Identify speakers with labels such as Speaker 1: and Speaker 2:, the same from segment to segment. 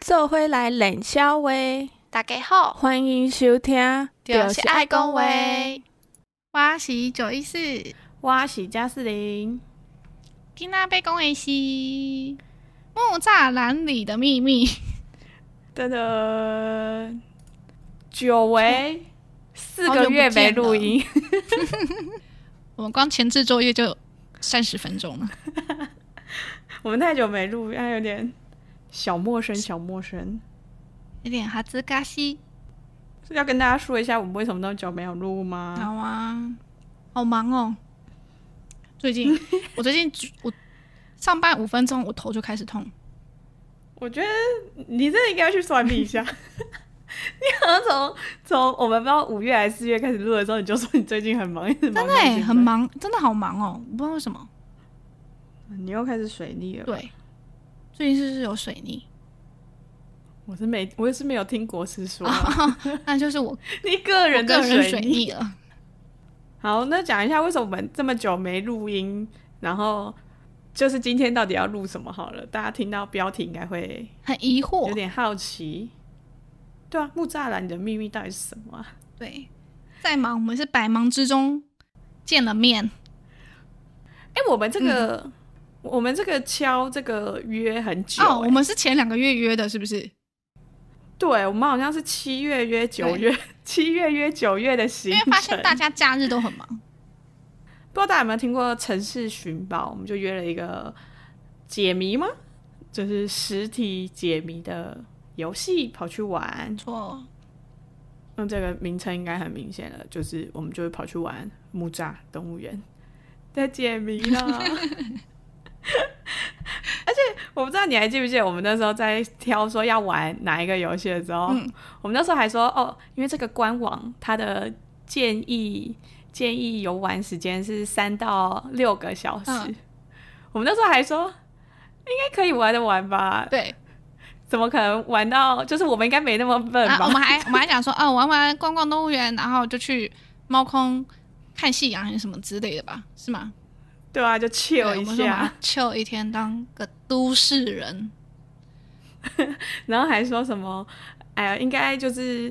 Speaker 1: 做伙来冷笑话，
Speaker 2: 大家好，
Speaker 1: 欢迎收听。
Speaker 2: 就是爱讲话。我是九一四，
Speaker 1: 我是嘉士林。
Speaker 2: 今仔要讲的是木栅栏里的秘密。
Speaker 1: 噔噔，久违四个月没录音，
Speaker 2: 我们光前置作业就三十分钟了，
Speaker 1: 我们太久没录，还有点小陌生，小陌生。
Speaker 2: 有点哈兹嘎西。
Speaker 1: 是要跟大家说一下我们为什么那么久没有录吗？
Speaker 2: 好啊，好忙哦。最 近我最近我上班五分钟，我头就开始痛。
Speaker 1: 我觉得你真的应该去算命一 下。 你好像从从我们不知道五月还是四月开始录的时候，你就说你最近很忙，一直忙
Speaker 2: 真的
Speaker 1: 到
Speaker 2: 欸
Speaker 1: 现在
Speaker 2: 很。忙，真的好忙哦，我不知道为什么。
Speaker 1: 你又开始水逆了。
Speaker 2: 对，最近是不是有水泥？
Speaker 1: 我是没，我也是没有听国师说啊、
Speaker 2: 那就是我
Speaker 1: 你个人
Speaker 2: 个
Speaker 1: 的
Speaker 2: 人水
Speaker 1: 逆。
Speaker 2: 逆了。
Speaker 1: 好，那讲一下为什么我们这么久没录音，然后就是今天到底要录什么好了。大家听到标题应该会
Speaker 2: 很疑
Speaker 1: 有
Speaker 2: 惑。
Speaker 1: 点好奇。对啊，木栅栏的秘密到底是什么、啊？
Speaker 2: 对，在忙，我们是百忙之中见了面。
Speaker 1: 哎、我们这个、我们这个敲这个约很久、
Speaker 2: 哦，
Speaker 1: 哎
Speaker 2: 我们是前两个月约的，是不是？
Speaker 1: 对我们好像是七月约九月， 七月约九月的行
Speaker 2: 因
Speaker 1: 程
Speaker 2: 为。发现大家假日都很忙。
Speaker 1: 不知道大家有没有听过城市寻宝？我们就约了一个解谜吗？就是实体解谜的游戏，跑去玩。
Speaker 2: 错，
Speaker 1: 那这个名称应该很明显了，就是我们就会跑去玩木栅动物园在解谜了。 而且我不知道你还记不记得我们那时候在挑说要玩哪一个游戏的时候，
Speaker 2: 嗯
Speaker 1: 我们那时候还说哦，因为这个官网它的建议建议游玩时间是三到六个小时，
Speaker 2: 嗯
Speaker 1: 我们那时候还说应该可以玩得完吧？
Speaker 2: 对。
Speaker 1: 怎么可能玩到？就是我们应该没那么笨吧？
Speaker 2: 然后啊我们还我们还讲说，哦，玩玩逛逛动物园，然后就去猫空看夕阳还是什么之类的吧，是吗？
Speaker 1: 对啊，就 chill
Speaker 2: 对
Speaker 1: 一
Speaker 2: 我们说我们
Speaker 1: 下
Speaker 2: 要。chill 一天，当个都市人。
Speaker 1: 然后还说什么，哎呀，应该就是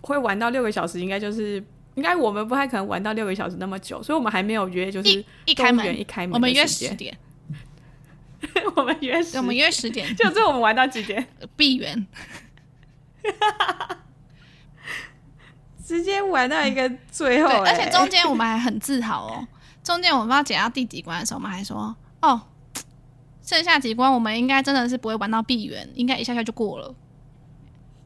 Speaker 1: 会玩到六个小时，应该就是应该我们不太可能玩到六个小时那么久，所以我们还没有约，就是
Speaker 2: 一开
Speaker 1: 动物园
Speaker 2: 门，
Speaker 1: 一开门的
Speaker 2: 我们约
Speaker 1: 时
Speaker 2: 十
Speaker 1: 间，
Speaker 2: 点，
Speaker 1: 我们约十
Speaker 2: 对，我们约十点
Speaker 1: 就是我们玩到几点，
Speaker 2: 闭园。
Speaker 1: 直接玩到一个最后、
Speaker 2: 对，
Speaker 1: 哎
Speaker 2: 而且中间我们还很自豪哦。中间我们不知道解到第几关的时候，我们还说哦，剩下几关我们应该真的是不会玩到闭园，应该一下下就过了。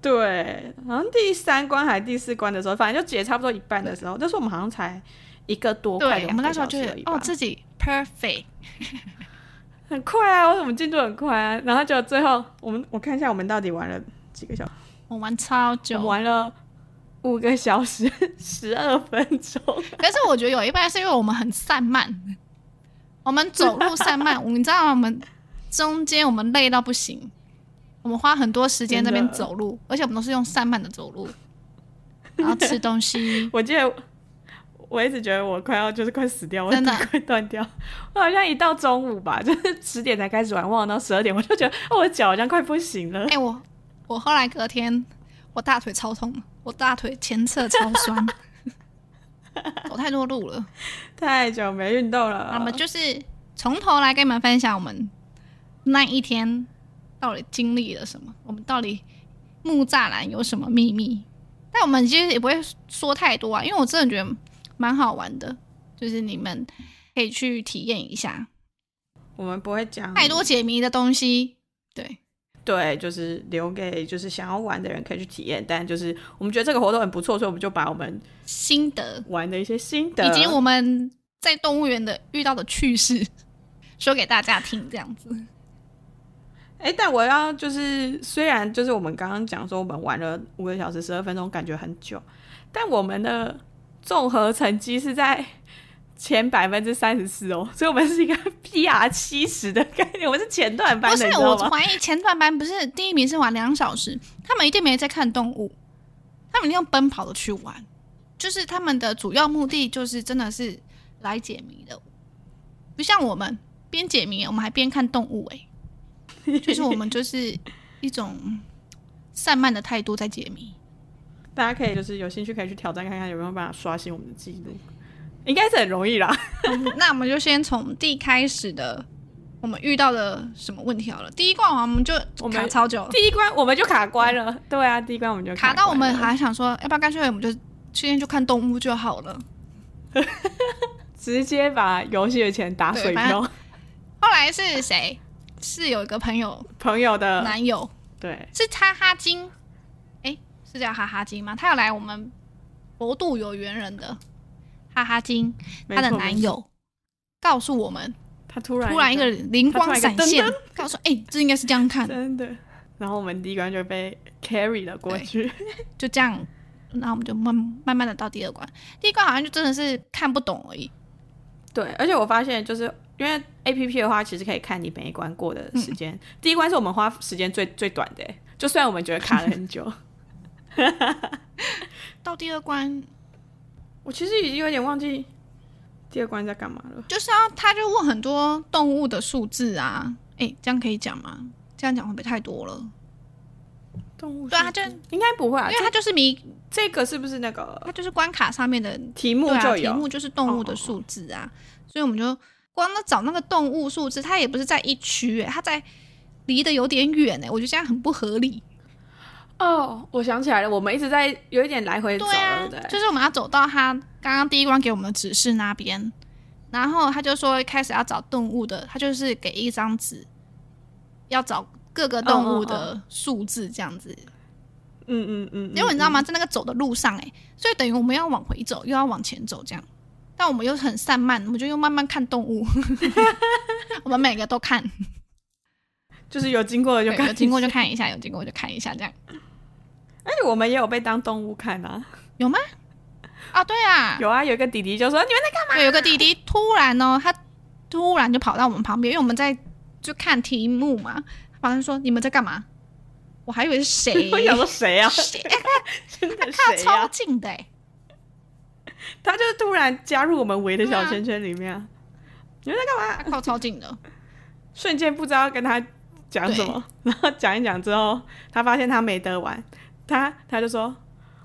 Speaker 1: 对，好像第三关还是第四关的时候，反正就解差不多一半的时候，但是我们好像才一个多
Speaker 2: 对，
Speaker 1: 快两
Speaker 2: 我们
Speaker 1: 个
Speaker 2: 那时候
Speaker 1: 小时
Speaker 2: 就
Speaker 1: 而已吧，
Speaker 2: 是哦自己 perfect，
Speaker 1: 很快啊，我们进度很快啊，然后就最后我们我看一下我们到底玩了几个小时。
Speaker 2: 我玩超
Speaker 1: 我
Speaker 2: 久
Speaker 1: 们。玩了五个小时十二分钟，
Speaker 2: 但是我觉得有一半是因为我们很散漫，我们走路散 漫，你知道吗我们中间我们累到不行，我们花很多时间在那边
Speaker 1: 真的，
Speaker 2: 走路，而且我们都是用散漫的走路，然后吃东西
Speaker 1: 我记得。我一直觉得我快要就是快死掉，我
Speaker 2: 真的啊
Speaker 1: 腿快断掉。我好像一到中午吧，就是十点才开始玩，玩到十二点，我就觉得哦，我脚好像快不行了
Speaker 2: 哎、。我我后来隔天我大腿超痛，我大腿前侧超酸， 走太多路了。
Speaker 1: 太久没运动了。
Speaker 2: 那么就是从头来跟你们分享我们那一天到底经历了什么，我们到底木栅栏有什么秘密？但我们其实也不会说太多啊，因为我真的觉得蛮好玩的，就是你们可以去体验一下，
Speaker 1: 我们不会讲
Speaker 2: 太多解谜的东西。对，
Speaker 1: 对，就是留给就是想要玩的人可以去体验。但就是我们觉得这个活动很不错，所以我们就把我们
Speaker 2: 心得
Speaker 1: 玩的一些心得，
Speaker 2: 以及我们在动物园的遇到的趣事 说给大家听，这样子。
Speaker 1: 哎、但我要就是，虽然就是我们刚刚讲说我们玩了五个小时十二分钟，感觉很久，但我们的综合成绩是在前百分之三十四哦，所以我们是一个 PR 七十的概念，我们是前段 班
Speaker 2: 不
Speaker 1: 的，
Speaker 2: 是
Speaker 1: 你，知
Speaker 2: 哦我
Speaker 1: 道吗？
Speaker 2: 怀疑前段班不是第一名是玩两小时，他们一定没在看动物，他们一定用奔跑的去玩，就是他们的主要目的就是真的是来解谜的， 不像我们边解谜我们还边看动物、欸，哎，就是我们就是一种散漫的态度在解谜。
Speaker 1: 大家可以就是有兴趣可以去挑战看看有没有办法刷新我们的记录，应该是很容易啦。
Speaker 2: 嗯 那我们就先从第一开始的我们遇到的什么问题好了。第一关我们就
Speaker 1: 我们
Speaker 2: 卡超久了，
Speaker 1: 第一关我们就卡关了，对啊，第一关我们就
Speaker 2: 卡
Speaker 1: 关
Speaker 2: 到我们
Speaker 1: 了
Speaker 2: 还想说，要不要干脆我们就今天就看动物就好了。
Speaker 1: 直接把游戏的钱打
Speaker 2: 对
Speaker 1: 水
Speaker 2: 反正
Speaker 1: 漂，
Speaker 2: 后来是谁？是有一个朋友
Speaker 1: 朋友的
Speaker 2: 男友
Speaker 1: 对
Speaker 2: 是哈哈金，哎、是叫哈哈金吗？他有来我们国度有缘人的哈哈金，
Speaker 1: 没
Speaker 2: 她的
Speaker 1: 错没
Speaker 2: 男
Speaker 1: 错
Speaker 2: 友告诉我们，
Speaker 1: 他突然
Speaker 2: 突然一个灵光闪
Speaker 1: 他突然一
Speaker 2: 现
Speaker 1: 个，
Speaker 2: 告诉哎、这应该是这样 看，
Speaker 1: 真的，然后我们第一关就被 carry 了过去，
Speaker 2: 就这样，然后我们就慢慢慢的到第二关，第一关好像就真的是看不懂而已，
Speaker 1: 对，而且我发现就是因为 A P P 的话，其实可以看你每一关过的时 间。第一关是我们花时间最最短的欸，就虽然我们觉得卡了很久，
Speaker 2: 到第二关
Speaker 1: 我其实已经有点忘记第二关在干嘛了。
Speaker 2: 就是要他就问很多动物的数字啊，哎、这样可以讲吗？这样讲会不会太多了？
Speaker 1: 动物
Speaker 2: 对啊，
Speaker 1: 是
Speaker 2: 他就因
Speaker 1: 应该不会啊，
Speaker 2: 为
Speaker 1: 这
Speaker 2: 他就是迷，
Speaker 1: 这个是不是那个
Speaker 2: 他就是关卡上面的
Speaker 1: 题目
Speaker 2: 对
Speaker 1: 就
Speaker 2: 啊，题
Speaker 1: 有？哦
Speaker 2: 目就是动物的数字啊，所以我们就光那找那个动物数字，它也不是在一区、欸，它在离得有点远哎、我觉得这样很不合理。
Speaker 1: 哦，我想起来了，我们一直在有一点来回走，
Speaker 2: 对啊
Speaker 1: 对不，对？
Speaker 2: 就是我们要走到它刚刚第一关给我们的指示那边，然后他就说开始要找动物的，他就是给一张纸，要找各个动物
Speaker 1: 嗯
Speaker 2: 的数字这样子。
Speaker 1: 嗯嗯嗯，
Speaker 2: 因为你知道
Speaker 1: 嗯？
Speaker 2: 吗，在那个走的路上、欸，哎，所以等于我们要往回走，又要往前走，这样。但我们又很散漫，我们就又慢慢看动 物，我们每个都看，
Speaker 1: 就是有经过的就
Speaker 2: 对
Speaker 1: 看，
Speaker 2: 有经过就。看一下，有经过就看一下，这样
Speaker 1: 而且我们也有被当动物看啊，
Speaker 2: 有吗？啊，对啊，
Speaker 1: 有啊，有一个弟弟就说你们，
Speaker 2: 对，有个弟弟突然呢，他突然就跑到我们旁边，因为我们在就看题目嘛，反正说你们在干嘛？ 我还以为是谁
Speaker 1: 我想说谁啊？
Speaker 2: 谁
Speaker 1: 真的
Speaker 2: 他
Speaker 1: 谁
Speaker 2: 超
Speaker 1: 啊？
Speaker 2: 近的、欸，
Speaker 1: 他就是突然加入我们围的小圈圈里面啊、你们在干嘛？
Speaker 2: 他靠超近 的，
Speaker 1: 瞬间不知道跟他讲什么， 然后讲一讲之后，他发现他没得玩，他他就说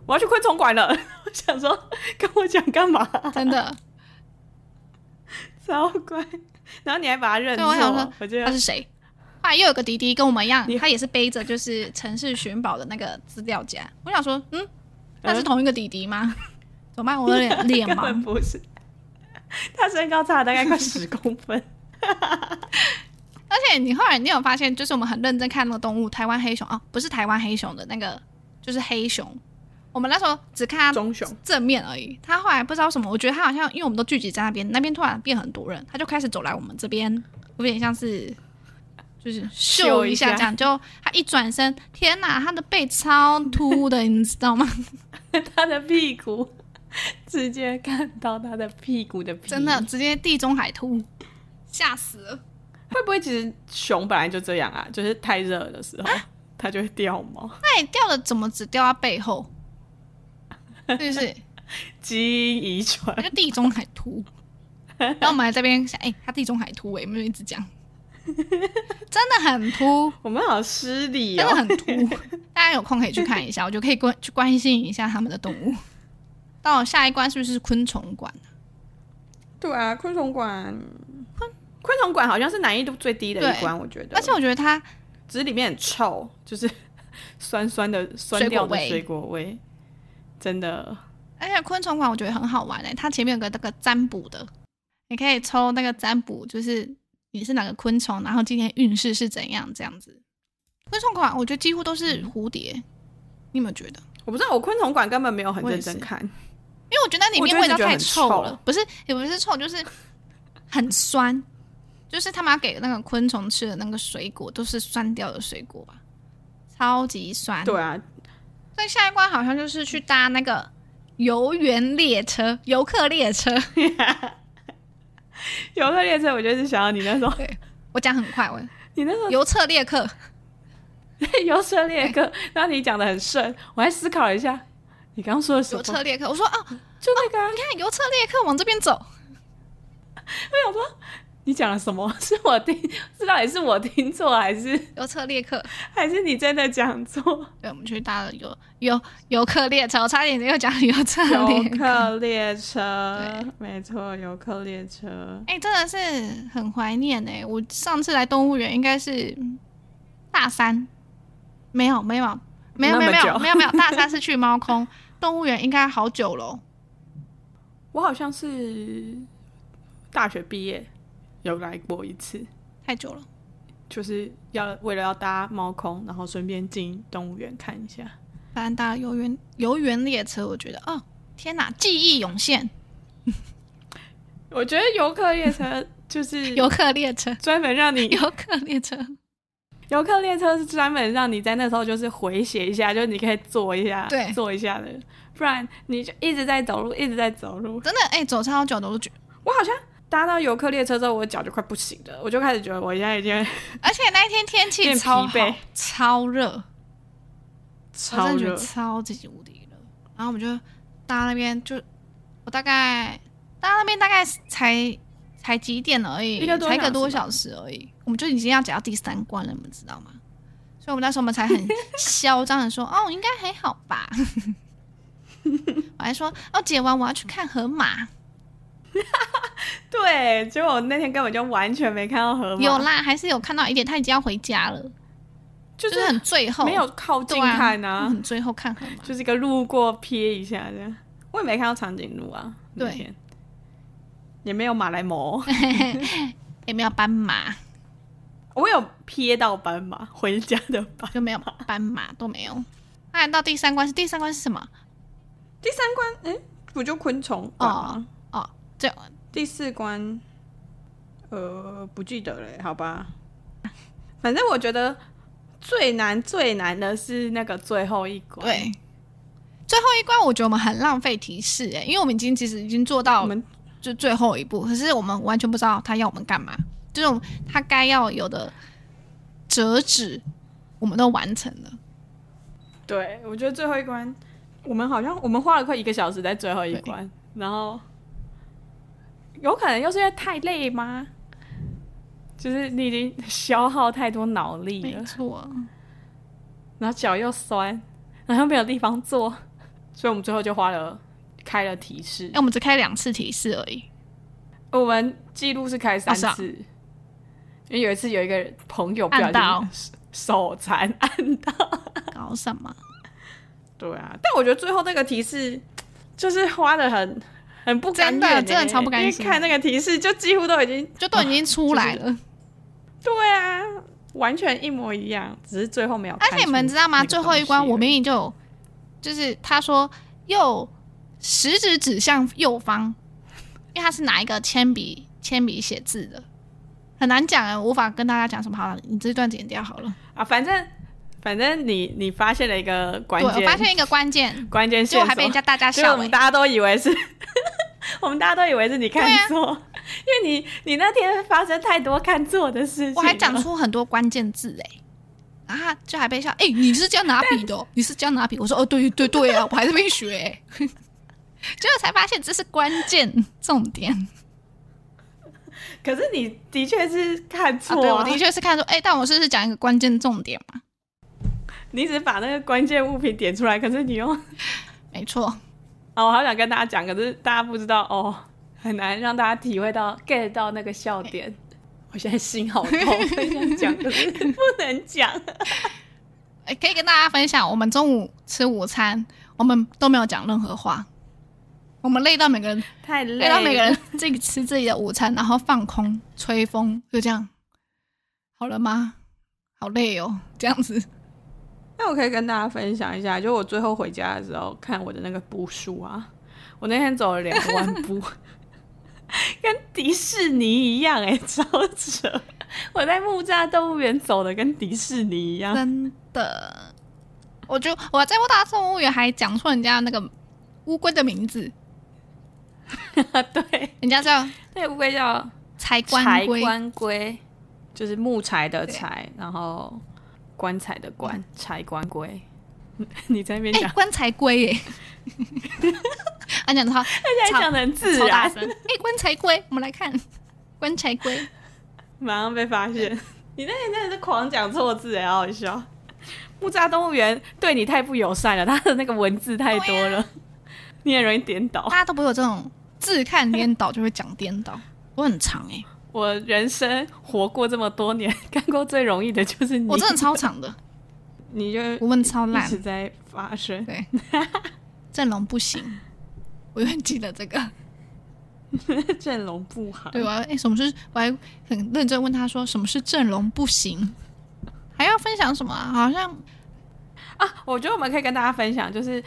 Speaker 1: 我要去昆虫馆了。 我想说跟我讲干嘛？
Speaker 2: 真的，
Speaker 1: 超乖。然后你还把他认
Speaker 2: 对啊
Speaker 1: 错，
Speaker 2: 我想说
Speaker 1: 我觉
Speaker 2: 他
Speaker 1: 得
Speaker 2: 是谁？后来又有个弟弟跟我们一样
Speaker 1: 你，
Speaker 2: 他也是背着就是城市寻宝的那个资料夹。我想说，嗯，那是同一个弟弟吗？怎么办？我有点脸
Speaker 1: 根本
Speaker 2: 盲。
Speaker 1: 不是。 他身高差了大概快十公分，
Speaker 2: 而且你后来你有发现，就是我们很认真看那个动物，台湾黑熊啊，不是台湾黑熊的那个，就是黑熊。我们那时候只看它
Speaker 1: 棕熊。
Speaker 2: 正面而已，它后来不知道为什么，我觉得它好像因为我们都聚集在那边，那边突然变很多人，它就开始走来我们这边，有点像是就是秀
Speaker 1: 秀一
Speaker 2: 一下
Speaker 1: 下
Speaker 2: 这样。就它一转身，天哪，它的背超凸的，你知道吗？
Speaker 1: 他的屁股， 直接看到他的屁股的皮。
Speaker 2: 真的，直接地中海秃，吓死了。
Speaker 1: 会不会其实熊本来就这样啊？就是太热的时候，它就会掉毛。
Speaker 2: 那你掉的怎么只掉它背后？是不是？
Speaker 1: 基因遗传
Speaker 2: 它，就地中海秃。然后我们还在这边想，哎、它地中海秃、欸，我们就一直讲，真的很秃。
Speaker 1: 我们好失礼
Speaker 2: 真的
Speaker 1: 哦。
Speaker 2: 很突。大家有空可以去看一下，我就可以关去关心一下他们的动物。到下一关是不是昆虫馆？
Speaker 1: 对啊，昆虫馆，昆虫馆好像是难易度最低的
Speaker 2: 对
Speaker 1: 一关，我觉得。
Speaker 2: 而且我觉得它
Speaker 1: 只是里面很臭，就是 酸酸的酸
Speaker 2: 水果
Speaker 1: 掉的
Speaker 2: 味
Speaker 1: 水果味，真的。
Speaker 2: 而且昆虫馆我觉得很好玩诶、欸它前面有个那个占卜的，你可以抽那个占卜，就是你是哪个昆虫，然后今天运势是怎样这样子。昆虫馆我觉得几乎都是蝴蝶，你有没有觉得？
Speaker 1: 我不知道，我昆虫馆根本没有很
Speaker 2: 我也
Speaker 1: 认真
Speaker 2: 是
Speaker 1: 看。
Speaker 2: 因为我觉得那里面味道太臭了，不是也不是臭，就是很酸，就是他们要给那个昆虫吃的那个水果都是酸掉的水果吧，超级酸。
Speaker 1: 对啊，
Speaker 2: 所以下一关好像就是去搭那个游园列车、游客列车。
Speaker 1: 游客列车，我觉得是想要你那时候，
Speaker 2: 我讲很 快，我
Speaker 1: 你那时候
Speaker 2: 游客列客，
Speaker 1: 游车列客，然后你讲的很顺，我还思考了一下，你刚刚说的什
Speaker 2: 游
Speaker 1: 么？
Speaker 2: 客列客。我说哦，你
Speaker 1: 就那个啊、
Speaker 2: 看游客列客往这边走，
Speaker 1: 你讲了什么？ 是我听，这到底是我听错，还是
Speaker 2: 游车列客，
Speaker 1: 还是你真的讲错？
Speaker 2: 对，我们去搭了游游游客列车，我差点又讲游车列客。
Speaker 1: 游客列车
Speaker 2: 对，
Speaker 1: 没错，游客列车。
Speaker 2: 哎、真的是很怀念哎、我上次来动物园应该是大三，没有没有没有没有没
Speaker 1: 那么
Speaker 2: 有
Speaker 1: 久
Speaker 2: 没有没有，大三是去猫空，动物园应该好久了哦。
Speaker 1: 我好像是大学毕业有来过一次，
Speaker 2: 太久了，
Speaker 1: 就是要为了要搭猫空，然后顺便进动物园看一下。
Speaker 2: 反正搭了游园游园列车，我觉得哦，天哪，记忆涌现，
Speaker 1: 我觉得游客列车就是
Speaker 2: 游客列车，
Speaker 1: 专门让你
Speaker 2: 游客列车，
Speaker 1: 游客列车是专门让你在那时候就是回血一下，就是你可以坐一下，
Speaker 2: 对
Speaker 1: 坐一下的，不然你就一直在走路，一直在走路。
Speaker 2: 真的哎、走超久的，我觉得，
Speaker 1: 我好像搭到游客列车之后，我脚就快不行了，我就开始觉得我现在已经
Speaker 2: 而且那一天天气
Speaker 1: 变疲
Speaker 2: 超好
Speaker 1: 惫，
Speaker 2: 超热，我
Speaker 1: 超
Speaker 2: 真的觉得
Speaker 1: 热，
Speaker 2: 超级无敌热。然后我们就搭那边，就我大概搭那边大概才才几点而已，
Speaker 1: 一个多
Speaker 2: 才一个
Speaker 1: 小时
Speaker 2: 多
Speaker 1: 吧
Speaker 2: 小时而已，我们就已经要讲到第三关了，你们知道吗？所以我们那时候我们才很嚣张的说：“哦，应该还好吧。” 我还说：“哦，解完我要去看河马。
Speaker 1: 对，结果我那天根本就完全没看到河”马，
Speaker 2: 有啦，还是有看到一点，他已经要回家了，
Speaker 1: 就
Speaker 2: 就是很最后
Speaker 1: 没有靠近
Speaker 2: 对啊
Speaker 1: 看
Speaker 2: 嗯
Speaker 1: 啊，
Speaker 2: 很最后看河马。
Speaker 1: 就是一个路过瞥一下这样。我也没看到长颈鹿啊，那
Speaker 2: 对
Speaker 1: 天，也没有马来貘，
Speaker 2: 也没有斑马，
Speaker 1: 我有瞥到斑马，回家的斑。
Speaker 2: 就没有斑马都没有。那到第三关是第三关是什么？
Speaker 1: 第三关，嗯，不就昆虫馆吗？
Speaker 2: 哦，这
Speaker 1: 第四关，呃，不记得了，好吧。反正我觉得最难最难的是那个最后一关，，
Speaker 2: 对。最后一关，我觉得我们很浪费提示哎、因为我们已经其实已经做
Speaker 1: 我
Speaker 2: 到
Speaker 1: 们
Speaker 2: 就最后一步，可是我们完全不知道他要我们干嘛，就是我们他该要有的折纸，我们都完成了。
Speaker 1: 对我觉得最后一关，我们好像我们花了快一个小时在最后一
Speaker 2: 对
Speaker 1: 关，然后有可能又是因为太累吗？就是你已经消耗太多脑力了
Speaker 2: 没，错，
Speaker 1: 然后脚又酸，然后又没有地方坐，所以我们最后就花了开了提示
Speaker 2: 哎、。我们只开两次提示而已。
Speaker 1: 我们记录是开三次，
Speaker 2: 哦是
Speaker 1: 因为有一次有一个朋友不小
Speaker 2: 按到
Speaker 1: 心 手残按到，
Speaker 2: 搞什么？
Speaker 1: 对啊，但我觉得最后那个提示就是花的很很不甘愿欸、
Speaker 2: 真的真的超不甘心
Speaker 1: 因为看那个提示就几乎都已经
Speaker 2: 就都已经出来了，
Speaker 1: 对啊，完全一模一样，只是最后没有看出
Speaker 2: 而
Speaker 1: 那个东西而
Speaker 2: 且
Speaker 1: 已。
Speaker 2: 你们知道吗？最后一关我明明就有，就是他说右食指指向右方，因为他是拿一个铅笔铅笔写字的，很难讲哎，我无法跟大家讲什么好了，你这段剪掉好了。
Speaker 1: 啊，反正反正你你发现了一个关
Speaker 2: 对，我
Speaker 1: 键，
Speaker 2: 发现一个关键，
Speaker 1: 关键
Speaker 2: 结
Speaker 1: 线
Speaker 2: 果
Speaker 1: 索，
Speaker 2: 还被人家大家
Speaker 1: 所以我
Speaker 2: 笑
Speaker 1: 们
Speaker 2: 哎，
Speaker 1: 大家都以为是，我们大家都以为是你看
Speaker 2: 啊
Speaker 1: 错，因为你你那天发生太多看错的事情了，
Speaker 2: 我还讲出很多关键字哎。然后他就还被笑，哎、你是这样拿笔的、哦？你是这样拿笔？我说，哦，对对对啊，我还是没学、欸。 结果才发现这是关键重点。
Speaker 1: 可是你的确是看
Speaker 2: 啊，
Speaker 1: 错、
Speaker 2: 对，
Speaker 1: 啊
Speaker 2: 我的确是看说，哎、但我是不是讲一个关键重点嘛？
Speaker 1: 你只把那个关键物品点出来，可是你又
Speaker 2: 没错，
Speaker 1: 啊，我好想跟大家讲，可是大家不知道哦，很难让大家体会到 get 到那个笑点。
Speaker 2: 哎
Speaker 1: 我现在心好痛，很 想讲，可是不能讲。
Speaker 2: 哎、可以跟大家分享，我们中午吃午餐，我们都没有讲任何话，我们累到每个人
Speaker 1: 太累
Speaker 2: 累到
Speaker 1: 了，
Speaker 2: 每个人自己吃自己的午餐，然后放空、吹风，就这样，好了吗？好累哦，这样子。
Speaker 1: 那我可以跟大家分享一下，就我最后回家的时候看我的那个步数啊，我那天走了两万步， 跟迪士尼一样哎、超扯！我在木栅动物园走的跟迪士尼一样，
Speaker 2: 真的，我就我在我大动物园还讲错人家那个乌龟的名字，
Speaker 1: 对，
Speaker 2: 人家叫
Speaker 1: 那乌龟叫
Speaker 2: 柴棺
Speaker 1: 柴
Speaker 2: 龟，
Speaker 1: 棺龟，就是木柴的柴，然后棺材的棺，柴棺龟。 你在那边
Speaker 2: 哎、
Speaker 1: 讲，
Speaker 2: 棺材龟 耶、啊，讲的好，
Speaker 1: 而且还讲的很自
Speaker 2: 超大
Speaker 1: 然，
Speaker 2: 声！哎、棺材龟，我们来看，棺材龟，
Speaker 1: 马上被发现。 你那天真的是狂讲错字哎，好好笑。 木栅动物园对你太不友善了，它的那个文字太多了，你也容易颠倒
Speaker 2: 大。家都不会有这种字看颠倒就会讲颠倒，我很长哎、
Speaker 1: 我人生活过这么多年， 干过最容易的就是你，
Speaker 2: 我真的超长 的，
Speaker 1: 你就
Speaker 2: 我问超
Speaker 1: 一
Speaker 2: 烂
Speaker 1: 直，在发生。
Speaker 2: 对，阵容不行，我永远记得这 个。
Speaker 1: 阵容不好，
Speaker 2: 对，我要哎、什么是？我还很认真问他说什么是阵容不行，还要分享什么、啊？好像
Speaker 1: 啊，我觉得我们可以跟大家分享，就是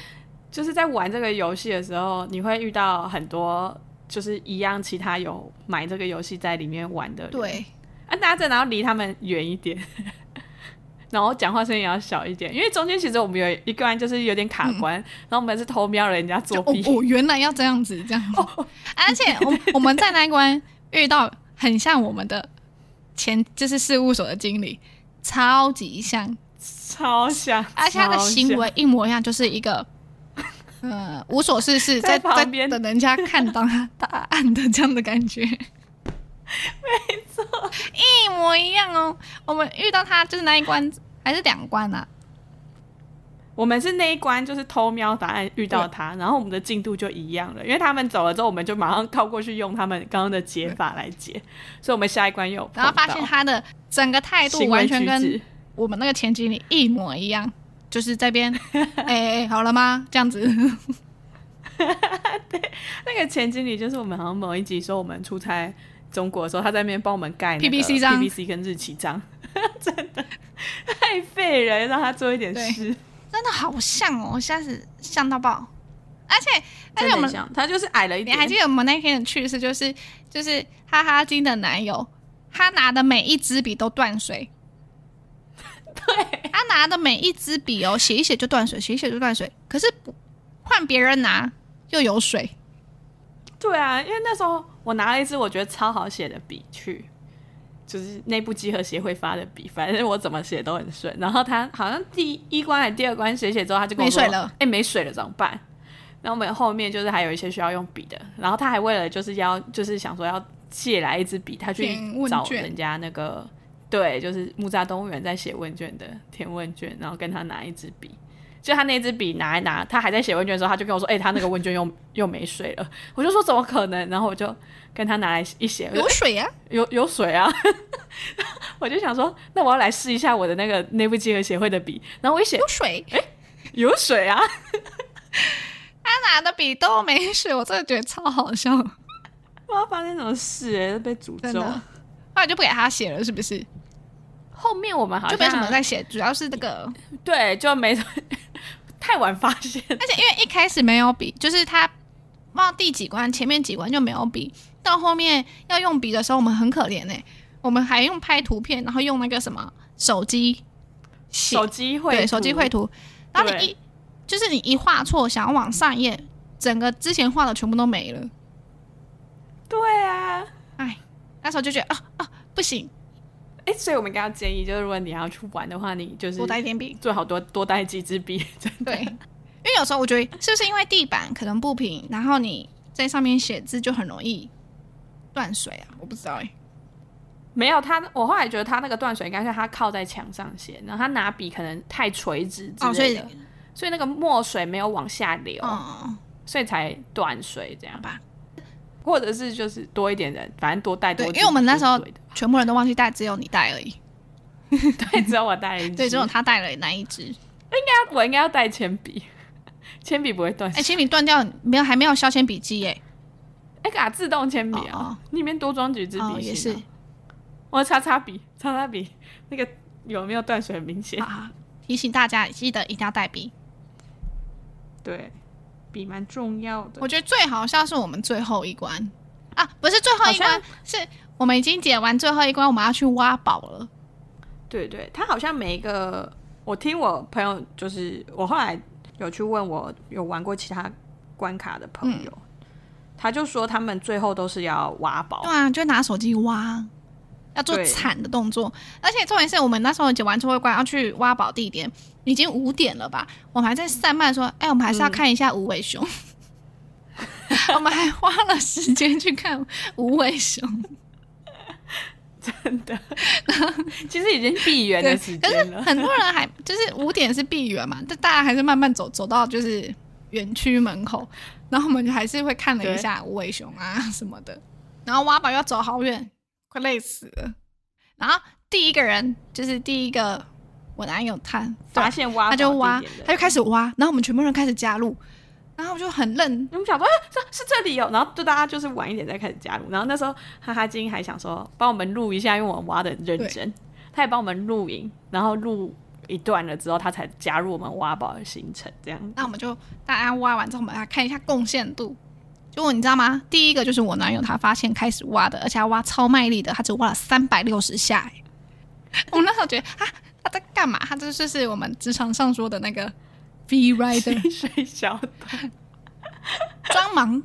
Speaker 1: 就是在玩这个游戏的时候，你会遇到很多就是一样其他有买这个游戏在里面玩的人，
Speaker 2: 对，
Speaker 1: 啊，大家真的要离他们远一点， 然后讲话声音也要小一点，因为中间其实我们有一个人就是有点卡关，然后我们是偷瞄人家
Speaker 2: 就嗯
Speaker 1: 作
Speaker 2: 哦
Speaker 1: 弊，哦
Speaker 2: 哦，原来要这样子，这 样。啊而且我 我们在那一关遇到很像我们的前就是事务所的经理，超级像，
Speaker 1: 超像，
Speaker 2: 而且他的
Speaker 1: 超
Speaker 2: 行
Speaker 1: 像
Speaker 2: 为一模一样，就是一 个。呃，无所事事，
Speaker 1: 在
Speaker 2: 在
Speaker 1: 旁
Speaker 2: 在
Speaker 1: 边
Speaker 2: 等人家看到他答案的这样的感 觉，没错，一模一样哦。我们遇到他就是那一关还是两关啊？
Speaker 1: 我们是那一关就是偷瞄答案遇到他，然后我们的进度就一样了，因为他们走了之后，我们就马上靠过去用他们刚刚的解法来解，所以我们下一关又
Speaker 2: 然后发现他的整个态度
Speaker 1: 行为
Speaker 2: 完
Speaker 1: 举
Speaker 2: 全跟
Speaker 1: 止，
Speaker 2: 我们那个前经理一模一样，就是这 边，哎、哎好了吗？这样子，
Speaker 1: 那个前经理就是我们好像某一集说我们出差中国的时候，他在那边帮我们盖那个
Speaker 2: PVC 章
Speaker 1: PVC 跟日期章， 真的太废人，让他做一点
Speaker 2: 对
Speaker 1: 事。
Speaker 2: 真的好像哦，下次像到爆。而且而且我们，
Speaker 1: 想，他就是矮了一
Speaker 2: 你
Speaker 1: 点，
Speaker 2: 还记得我们那天的趣事，就是就是哈哈金的男友，他拿的每一支笔都断 水。对，他拿的每一支笔哦，写一写就断水，写一写就断水。可是不换别人拿又有水，
Speaker 1: 对啊，因为那时候我拿了一支我觉得超好写的笔去，就是内部集合协会发的笔，反正我怎么写都很顺。然后他好像第一关还是第二关写写之后，他就跟我说：“
Speaker 2: 没水了
Speaker 1: 哎、没水了怎么办？”然后我们后面就是还有一些需要用笔的，然后他还为了就是要就是想说要借来一支笔，他去
Speaker 2: 填问
Speaker 1: 找
Speaker 2: 卷
Speaker 1: 人家那个对，就是木栅动物园在写问卷的填问卷，然后跟他拿一支笔。就他那支笔拿一拿，他还在写问卷的时候，他就跟我说：“哎、他那个问卷又 又没水了。”我就说：“怎么可能？”然后我就跟他拿来一写，我就
Speaker 2: 有水啊！
Speaker 1: 有有水啊！ 我就想说，那我要来试一下我的那个内部集合协会的笔。然后我一写
Speaker 2: 有水，
Speaker 1: 有水啊，
Speaker 2: 他拿的笔都没水，我真的觉得超好笑。
Speaker 1: 不知道发生什么事、欸，被诅
Speaker 2: 真
Speaker 1: 咒
Speaker 2: 的。。后来就不给他写了，是不是？
Speaker 1: 后面我们好
Speaker 2: 就
Speaker 1: 像
Speaker 2: 没什么在写，主要是这个，
Speaker 1: 对，就没什么 太晚发现，
Speaker 2: 而且因为一开始没有笔，就是他不知道第几关，前面几关就没有笔，到后面要用笔的时候，我们很可怜哎、我们还用拍图片，然后用那个什么手机写，
Speaker 1: 手机会
Speaker 2: 对，手机绘图，然后你
Speaker 1: 对
Speaker 2: 一就是你一画错，想要往上一页，整个之前画的全部都没了，
Speaker 1: 对啊。
Speaker 2: 那时候就觉得啊啊不行，
Speaker 1: 哎、所以我们刚刚建议就是，如果你要去玩的话，你就是
Speaker 2: 多带一点笔。
Speaker 1: 最好多多带几支笔，真的。
Speaker 2: 对，因为有时候我觉得是不是因为地板可能不平，然后你在上面写字就很容易断水啊？我不知道
Speaker 1: 欸
Speaker 2: 哎、
Speaker 1: 没有他，我后来觉得他那个断水应该是他靠在墙上写，然后他拿笔可能太垂直之
Speaker 2: 哦，所
Speaker 1: 类
Speaker 2: 以
Speaker 1: 的，所以那个墨水没有往下流，
Speaker 2: 哦，
Speaker 1: 所以才断水这样
Speaker 2: 好吧，
Speaker 1: 或者是就是多一点人，反正多带多
Speaker 2: 对
Speaker 1: 几支
Speaker 2: 因为我们那时候
Speaker 1: 就是对的
Speaker 2: 全部人都忘记带，只有你带而已。
Speaker 1: 对，只有我带了一支，
Speaker 2: 对，只有他带了那一支。
Speaker 1: 那我应该要带铅笔，铅笔不会断
Speaker 2: 哎、
Speaker 1: 水，
Speaker 2: 铅笔断掉，没有还没有削铅笔机耶、
Speaker 1: 哎、给它自动铅笔
Speaker 2: 哦
Speaker 1: 啊
Speaker 2: 哦，
Speaker 1: 里面多装几支笔、啊
Speaker 2: 哦，也是，
Speaker 1: 我擦擦笔，擦擦笔，那个有没有断水很明显？
Speaker 2: 啊。提醒大家，记得一定要带笔。
Speaker 1: 对，笔蛮重要的。
Speaker 2: 我觉得最好笑是我们最后一关啊，不是最后
Speaker 1: 好
Speaker 2: 一
Speaker 1: 像
Speaker 2: 关，是我们已经解完最后一关，我们要去挖宝了。
Speaker 1: 对对，他好像每一个，我听我朋友就是，我后来有去问我有玩过其他关卡的朋友，他就说他们最后都是要挖宝
Speaker 2: 嗯对，啊，就拿手机挖，要做
Speaker 1: 对
Speaker 2: 铲的动作。而且重点是我们那时候解完最后一关要去挖宝地点，已经五点了吧？我们还在散漫说，哎、我们还是要看一下无尾熊。 我们还花了时间去看无尾熊，
Speaker 1: 真的，其实已经 闭园的时
Speaker 2: 可是
Speaker 1: 间了。
Speaker 2: 很多人还就是五点是闭园嘛，但大家还是慢慢走，走到就是园区门口，然后我们就还是会看了一下无尾熊啊什么的，然后挖宝要走好远，快累死了。然后第一个人就是第一个我男友他
Speaker 1: 发现挖宝
Speaker 2: 他就挖
Speaker 1: 地点，的
Speaker 2: 他就开始挖，然后我们全部人开始加入，然后我就很愣，
Speaker 1: 你们想说，啊、这是这里有，然后就大家就是晚一点再开始加入。然后那时候哈哈金还想说帮我们录一下，因为我们挖的认真，他也帮我们录影，然后录一段了之后，他才加入我们挖宝的行程。这样，
Speaker 2: 那我们就大家挖完之后，我们来看一下贡献度。结果你知道吗？第一个就是我男友他发现开始挖的，而且他挖超卖力的，他只挖了三百六十下、欸。 我那时候觉得啊，他在干嘛？他这就是我们职场上说的那个 V rider
Speaker 1: 清水小岛，
Speaker 2: 装忙，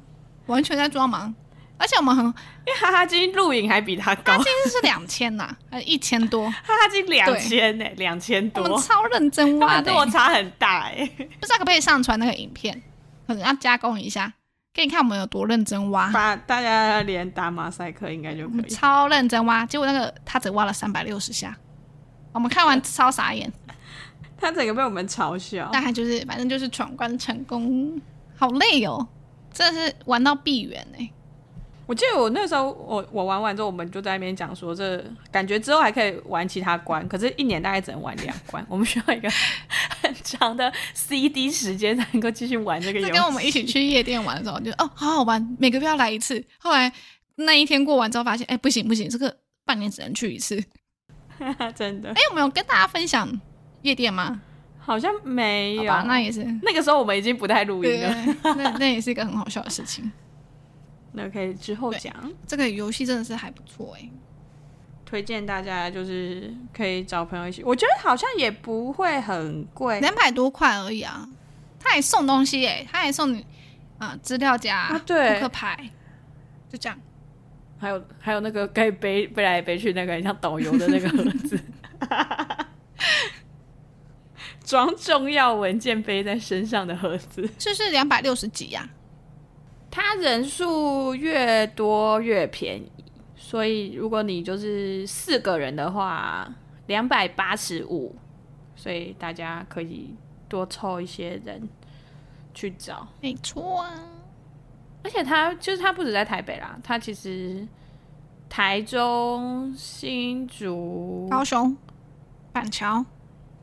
Speaker 2: 完全在装忙。而且我们很，
Speaker 1: 因为哈哈金录影还比他高，
Speaker 2: 他
Speaker 1: 哈
Speaker 2: 今天是两千呐，呃一千多，
Speaker 1: 哈金两千呢，两千
Speaker 2: 我
Speaker 1: 多，啊
Speaker 2: 们超认真
Speaker 1: 他
Speaker 2: 挖
Speaker 1: 们
Speaker 2: 的、
Speaker 1: 落
Speaker 2: 欸，
Speaker 1: 差很大哎、
Speaker 2: 不知道可不可以上传那个影片，可能要加工一下，给你看我们有多认真挖。
Speaker 1: 把大家连打马赛克应该就
Speaker 2: 我
Speaker 1: 可
Speaker 2: 们
Speaker 1: 以。
Speaker 2: 超认真挖，结果那个他只挖了三百六十下，我们看完超傻眼，
Speaker 1: 哦他整个被我们嘲笑，
Speaker 2: 但还就是反正就是闯关成功，好累哦，真的是玩到闭园哎、
Speaker 1: 我记得我那时候我我玩完之后，我们就在那边讲说，这感觉之后还可以玩其他关，可是一年大概只能玩两 关，我们需要一个很长的 CD 时间才能够继续玩这个游
Speaker 2: 这
Speaker 1: 戏。
Speaker 2: 跟我们一起去夜店玩的时候，就哦好好玩，每个月要来一次。后来那一天过完之后，发现哎、不行不行，这个半年只能去一次。
Speaker 1: 真的
Speaker 2: 哎、我们有跟大家分享夜店吗？
Speaker 1: 好像没
Speaker 2: 好
Speaker 1: 有
Speaker 2: 吧，那也是，
Speaker 1: 那个时候我们已经不太录
Speaker 2: 对
Speaker 1: 音了，
Speaker 2: 对，对那那也是一个很好笑的事情。
Speaker 1: 那可以之后讲。
Speaker 2: 这个游戏真的是还不错哎、
Speaker 1: 推荐大家就是可以找朋友一起，我觉得好像也不会很贵。
Speaker 2: 两百多块而已啊！他还送东西哎、他还送你啊资、料夹、
Speaker 1: 啊对
Speaker 2: 扑克牌，就这样。
Speaker 1: 还有还有那个可以背背来背去那个很像导游的那个盒 子，装重要文件背在身上的盒子。
Speaker 2: 是是两百六十几啊呀、
Speaker 1: 它人数越多越便宜，所以如果你就是四个人的话，两百八十五，所以大家可以多凑一些人去找。
Speaker 2: 没错啊。
Speaker 1: 而且它就是它不止在台北啦，它其实台中、新竹、
Speaker 2: 高雄、板桥、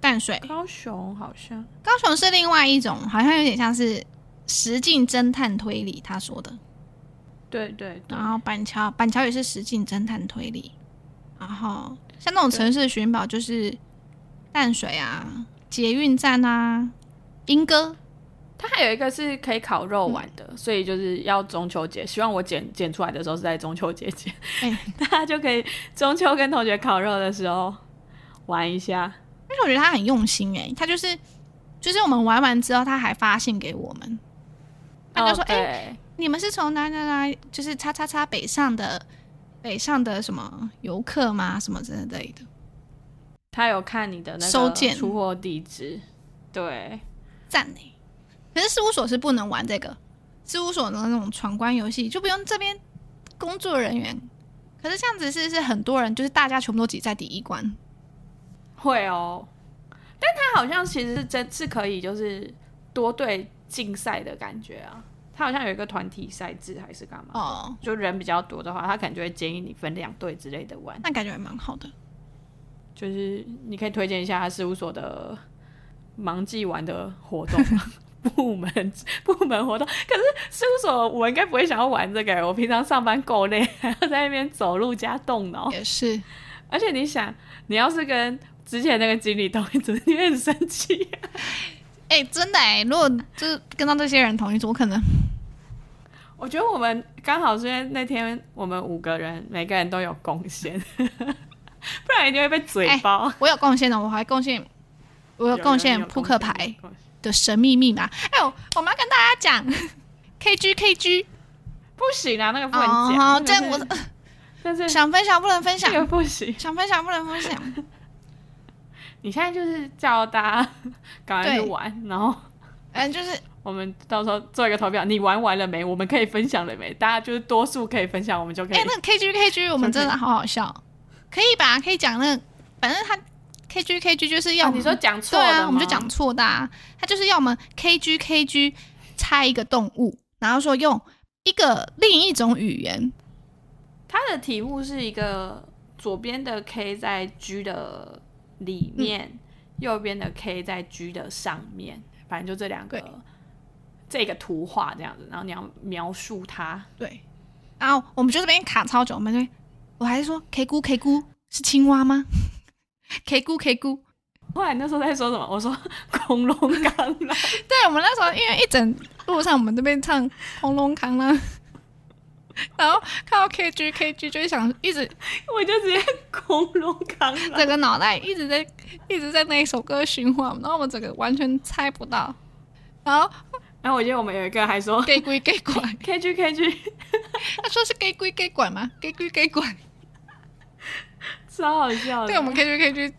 Speaker 2: 淡水，
Speaker 1: 高雄好像
Speaker 2: 高雄是另外一种，好像有点像是实境侦探推理，他说的。
Speaker 1: 对对对
Speaker 2: 然，后板桥，板桥也是实境侦探推理。然后像那种城市寻宝，就是淡水啊、捷运站啊、莺歌，
Speaker 1: 它还有一个是可以烤肉玩的，
Speaker 2: 嗯
Speaker 1: 所以就是要中秋节，希望我剪剪出来的时候是在中 秋节 剪，
Speaker 2: 哎
Speaker 1: 大家就可以中秋跟同学烤肉的时候玩一下。
Speaker 2: 但是我觉得他很用心哎、他就是就是我们玩完之后，他还发信给我们，他就说
Speaker 1: 哦：“
Speaker 2: 哎、
Speaker 1: 对
Speaker 2: 你们是从哪哪哪，就是叉叉叉北上的北上的什么游客吗？什么之类的，
Speaker 1: 他有看你的那
Speaker 2: 收
Speaker 1: 个
Speaker 2: 件
Speaker 1: 出货地址，对，
Speaker 2: 赞哎、可是事务所是不能玩这个，事务所的那种闯关游戏就不用这边工作人员。可是这样子是是很多人，就是大家全部都挤在第一关，
Speaker 1: 会哦，但他好像其实是真是可以，就是多队竞赛的感觉啊。他好像有一个团体赛制还是干嘛？
Speaker 2: 哦，
Speaker 1: 就人比较多的话，他可能就会建议你分两队之类的玩。
Speaker 2: 那感觉还蛮好的。
Speaker 1: 就是你可以推荐一下他事务所的忙季玩的活动 吗部门部门活动。可是事务所我应该不会想要玩这个，我平常上班够累，还要在那边走路加动脑。
Speaker 2: 也是，
Speaker 1: 而且你想，你要是跟之前那个经理同一组，你会很生气、
Speaker 2: 哎、真的哎、如果就是跟到这些人同一组，我可能
Speaker 1: 我觉得我们刚好是因为那天我们五个人每个人都有贡献， 不然一定会被嘴包。
Speaker 2: 我有贡献的，我还贡献，我哎有贡献扑克牌的神秘密码。哎呦，我们要跟大家讲 ，KG KG，
Speaker 1: 不行啊，那个不能讲。
Speaker 2: 哦，这
Speaker 1: 那
Speaker 2: 样
Speaker 1: 个是
Speaker 2: 我
Speaker 1: 但是
Speaker 2: 想分享不能分享
Speaker 1: 这，个不行。
Speaker 2: 想分享不能分享。
Speaker 1: 你现在就是叫大家赶快去
Speaker 2: 对
Speaker 1: 玩，然后
Speaker 2: 嗯，就是
Speaker 1: 我们到时候做一个投票，你玩完了没？我们
Speaker 2: 哎
Speaker 1: 可以分享了没？大家就是多数可以分享，我们就可以。
Speaker 2: 哎、那个 KG KG，我们真的好好笑。可以吧？可以讲那个，反正他 K G K G 就是要
Speaker 1: 啊
Speaker 2: 我们、
Speaker 1: 你说讲错
Speaker 2: 对
Speaker 1: 的
Speaker 2: 啊，我们就
Speaker 1: 吗
Speaker 2: 讲错的、啊，他就是要我们 K G K G 猜一个动物，然后说用一个另一种语言，
Speaker 1: 它的题目是一个左边的 K 在 G 的里面，右边的 K 在 G 的上面，反正就这两个
Speaker 2: 对
Speaker 1: 这个图画这样子，然后你要描述它。
Speaker 2: 对，然后我们就这边卡超久，我们就我还是说 K 姑 K 姑是青蛙吗？K 姑 K 姑，
Speaker 1: 后来那时候在说什么？我说 恐龙刚来，
Speaker 2: 对我们那时候因为一整路上我们这边唱《红龙扛》啦，然后看到 K G K G 就会想一直
Speaker 1: 我就直接恐龙刚来。
Speaker 2: 整个脑袋一直在一直在那一首歌循环，然后我们整个完全猜不到，然后
Speaker 1: 然后我记得我们有一个还说
Speaker 2: 给鬼给拐，
Speaker 1: K G K G
Speaker 2: 他说是给鬼给拐吗？给鬼给拐，
Speaker 1: 超好笑的。
Speaker 2: 对我们 K G K G，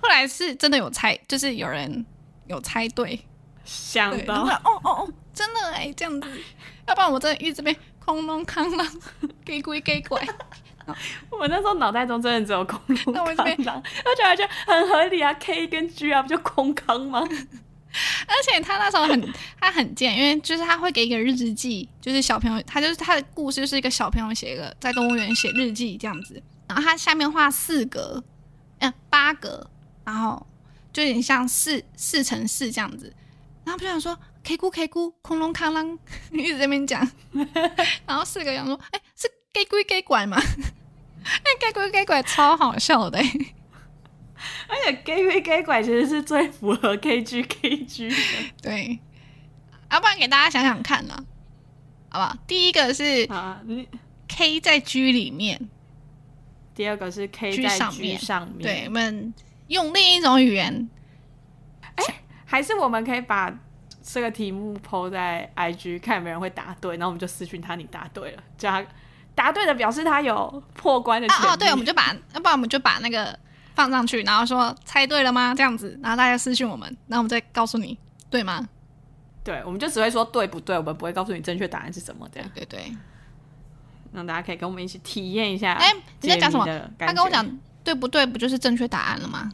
Speaker 2: 后来是真的有猜，就是有人有猜对，
Speaker 1: 想
Speaker 2: 对，然
Speaker 1: 到
Speaker 2: 后哦哦哦，真的哎、这样子，要不然我真的一直被空隆康浪 给鬼给拐，
Speaker 1: 我那时候脑袋中真的只有恐龙
Speaker 2: 那我
Speaker 1: 刚
Speaker 2: 这边
Speaker 1: 来，而且而且很合理啊，K 跟 G 啊，不就空康吗？
Speaker 2: 而且他那时候很他很贱，因为就是他会给一个日记，就是小朋友，他就是他的故事是一个小朋友写一个在动物园写日记这样子，然后他下面画四格，嗯、八格，然后就有点像四四乘四这样子，然后不就想说 K 咕 K 咕，空隆康啷， 一直在那边讲，然后四个想说，哎、是 K 龟 K 拐吗？ 那 K 龟 K 拐超好笑的、欸，
Speaker 1: 而且 gay 归 gay 拐其实是最符合 KG KG 的
Speaker 2: 对，要不然给大家想想看啦。好不好？第一个是
Speaker 1: 啊。你
Speaker 2: K 在 G 里面，
Speaker 1: 第二个是 K
Speaker 2: G
Speaker 1: 在
Speaker 2: 上
Speaker 1: G
Speaker 2: 面
Speaker 1: 上面，
Speaker 2: 对，我，们用另一种语言，
Speaker 1: 还是我们可以把这个题目抛在 IG，看有没有人会答对，然后我们就私讯他，你答对了，叫他答对的表示他有破关的
Speaker 2: 啊
Speaker 1: 潜力。
Speaker 2: 哦，对，我们就把，要不然我们就把那个放上去，然后说猜对了吗？这样子，然后大家私信我们，然后我们再告诉你，对吗？
Speaker 1: 对，我们就只会说对不对，我们不会告诉你正确答案是什么，这
Speaker 2: 对
Speaker 1: 样
Speaker 2: 对对。
Speaker 1: 让大家可以跟我们一起体验一下。
Speaker 2: 哎你在讲什么？
Speaker 1: 他
Speaker 2: 他跟我讲对不对，不就是正确答案了吗？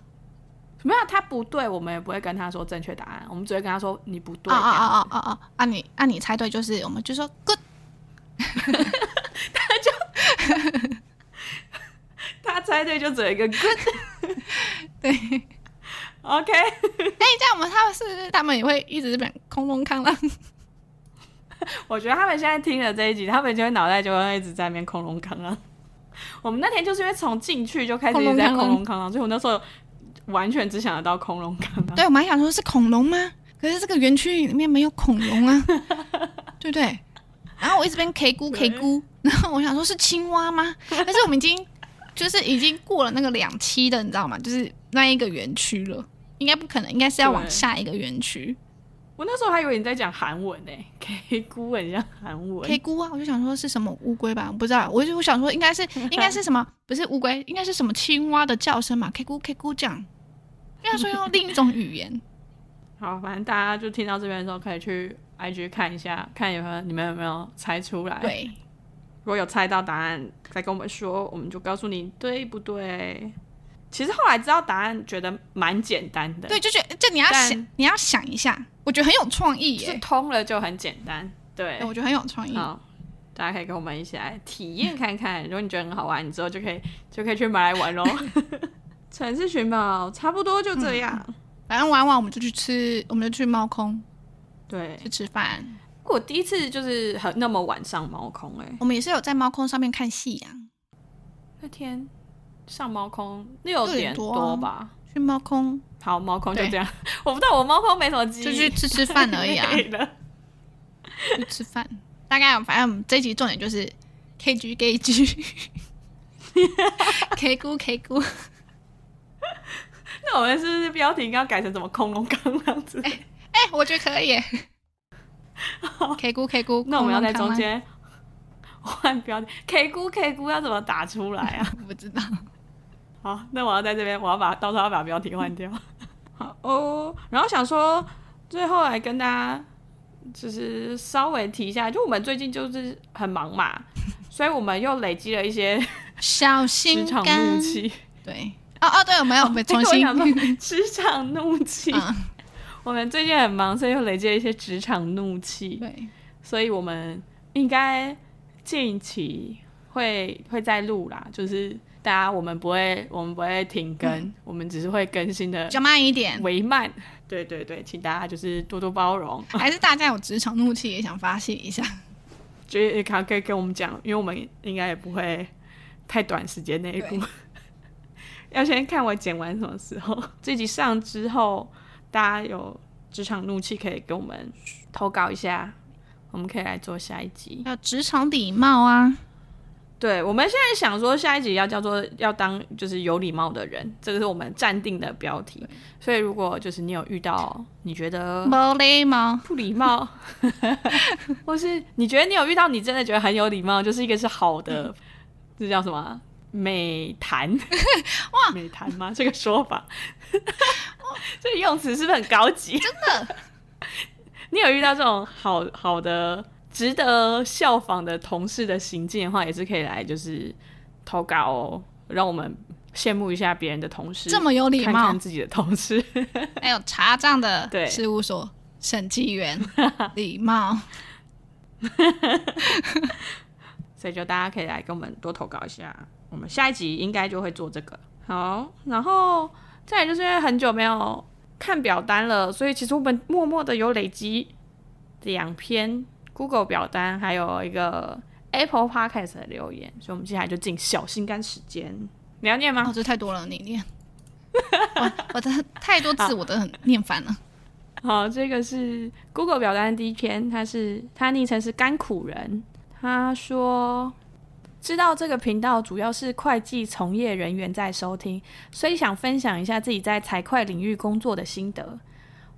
Speaker 1: 没有，他不对，我们也不会跟他说正确答案，我们只会跟他说你不对。
Speaker 2: 哦哦
Speaker 1: 这样
Speaker 2: 哦哦哦哦，啊你啊你猜对就是，我们就说 good，哎
Speaker 1: 他猜对就只有一个 good。
Speaker 2: 对
Speaker 1: OK，
Speaker 2: 哎这样我们他们是不是他们也会一直变空啊空康浪？
Speaker 1: 我觉得他们现在听了这一集，他们就会脑袋就会一直在那边空隆康啊。我们那天就是因为从进去就开始一直在空隆康啊，所以我那时候完全只想得到空隆康啊。
Speaker 2: 对，我们还想说是恐龙吗？可是这个园区里面没有恐龙啊，对不对？然后我一直边 K 咕 K 咕，然后我想说是青蛙吗？但是我们已经就是已经过了那个两期的，你知道吗？就是那一个园区了，应该不可能，应该是要往
Speaker 1: 对
Speaker 2: 下一个园区。
Speaker 1: 我那时候还以为你在讲韩文呢、k 姑很像韩文
Speaker 2: K 咕啊，我就想说是什么乌龟吧，我不知道，我就我想说应该是应该是什么，不是乌龟，应该是什么青蛙的叫声嘛，K 咕 K 咕这样。因为他说用另一种语言，
Speaker 1: 好，反正大家就听到这边的时候，可以去 IG 看一下，看有没有你们有没有猜出来。，
Speaker 2: 对，
Speaker 1: 如果有猜到答案，再跟我们说，我们就告诉你对不对。其实后来知道答案，觉得蛮简单的，
Speaker 2: 对，，就觉得就你要
Speaker 1: 但
Speaker 2: 想，你要想一下，我觉得很有创意
Speaker 1: 就是
Speaker 2: 耶，
Speaker 1: 通了就很简单。嗯对
Speaker 2: 对，我觉得很有创意。
Speaker 1: 好，大家可以跟我们一起来体验看看。如果你觉得很好玩，你之后就可以就可以去买来 玩喽。城市寻宝差不多就这样。
Speaker 2: 反正玩完我们就去吃，我们就去猫空
Speaker 1: 对，
Speaker 2: 去吃饭。
Speaker 1: 我第一次就是很那么晚上猫空哎、
Speaker 2: 我们也是有在猫空上面看夕阳，
Speaker 1: 那天上猫空六
Speaker 2: 六
Speaker 1: 点
Speaker 2: 点多啊
Speaker 1: 多吧。
Speaker 2: 去猫空
Speaker 1: 好，猫空就
Speaker 2: 对
Speaker 1: 这样。 我不知道我猫空没什么记
Speaker 2: 就
Speaker 1: 忆
Speaker 2: 去，吃吃饭而已 啊，
Speaker 1: 累了
Speaker 2: 去吃饭。大概反正我们这集重点就是 K G K G。K 哎姑 K 姑，
Speaker 1: 那我们是不是标题应该要改成什么“空龙刚”这样子？
Speaker 2: 哎、我觉得可以耶。K 姑 K 姑，
Speaker 1: 那我们要
Speaker 2: 空
Speaker 1: 在
Speaker 2: 空康吗，
Speaker 1: 中间换标题，K 姑 K 姑要怎么打出来啊？
Speaker 2: 我不知道。
Speaker 1: 好，那我要在这边，我要把到时候要把标题换掉。 好哦，然后想说最后来跟大家就是稍微提一下，就我们最近就是很忙嘛，所以我们又累积了一些
Speaker 2: 小
Speaker 1: 职
Speaker 2: 心
Speaker 1: 场
Speaker 2: 肝
Speaker 1: 怒，气。
Speaker 2: 对，哦哦，对，我们要我们重
Speaker 1: 我
Speaker 2: 新，
Speaker 1: 想说，职场怒气。
Speaker 2: 嗯，
Speaker 1: 我们最近很忙，所以又累积了一些职场怒气，
Speaker 2: 对，
Speaker 1: 所以我们应该近期会会再录啦，就是大家我们不会我们不会停更，我们只是会更新的
Speaker 2: 比较慢一点，
Speaker 1: 为慢。对对对，请大家就是多多包容，
Speaker 2: 还是大家有职场怒气也想发泄一 下，
Speaker 1: 就是呃可可以跟我们讲，因为我们应该也不会太短时间内录
Speaker 2: 对，
Speaker 1: 要先看我剪完什么时候。这集上之后，大家有职场怒气可以给我们投稿一下，我们可以来做下一集。
Speaker 2: 还有职场礼貌啊，
Speaker 1: 对，我们现在想说下一集要叫做要当就是有礼貌的人，这个是我们暂定的标题。所以如果就是你有遇到你觉得
Speaker 2: 没礼貌，
Speaker 1: 不礼貌， 或是你觉得你有遇到你真的觉得很有礼貌，就是一个是好的，这叫什么啊美谈？ 哇，美谈吗？这个说法， 这个用词是不是很高级？真
Speaker 2: 哦的，
Speaker 1: 你有遇到这种好好的、值得效仿的同事的行径的话，也是可以来就是投稿哦，让我们羡慕一下别人的同事，
Speaker 2: 这么有礼
Speaker 1: 看
Speaker 2: 貌
Speaker 1: 看，自己的同事。
Speaker 2: 还有查账的
Speaker 1: 对
Speaker 2: 事务所审计 员礼貌，
Speaker 1: 所以就大家可以来跟我们多投稿一下，我们下一集应该就会做这个。好，然后再来就是因为很久没有看表单了，所以其实我们默默的有累积两篇 Google 表单，还有一个 Apple Podcast 的留言，所以我们接下来就进小心肝时间。你要念吗？
Speaker 2: 哦，这太多了，你念，我我的太多字我都很念烦 了，
Speaker 1: 好，这个是 Google 表单的第一篇，他是他昵称是甘苦人，他说知道这个频道主要是会计从业人员在收听，所以想分享一下自己在财会领域工作的心得。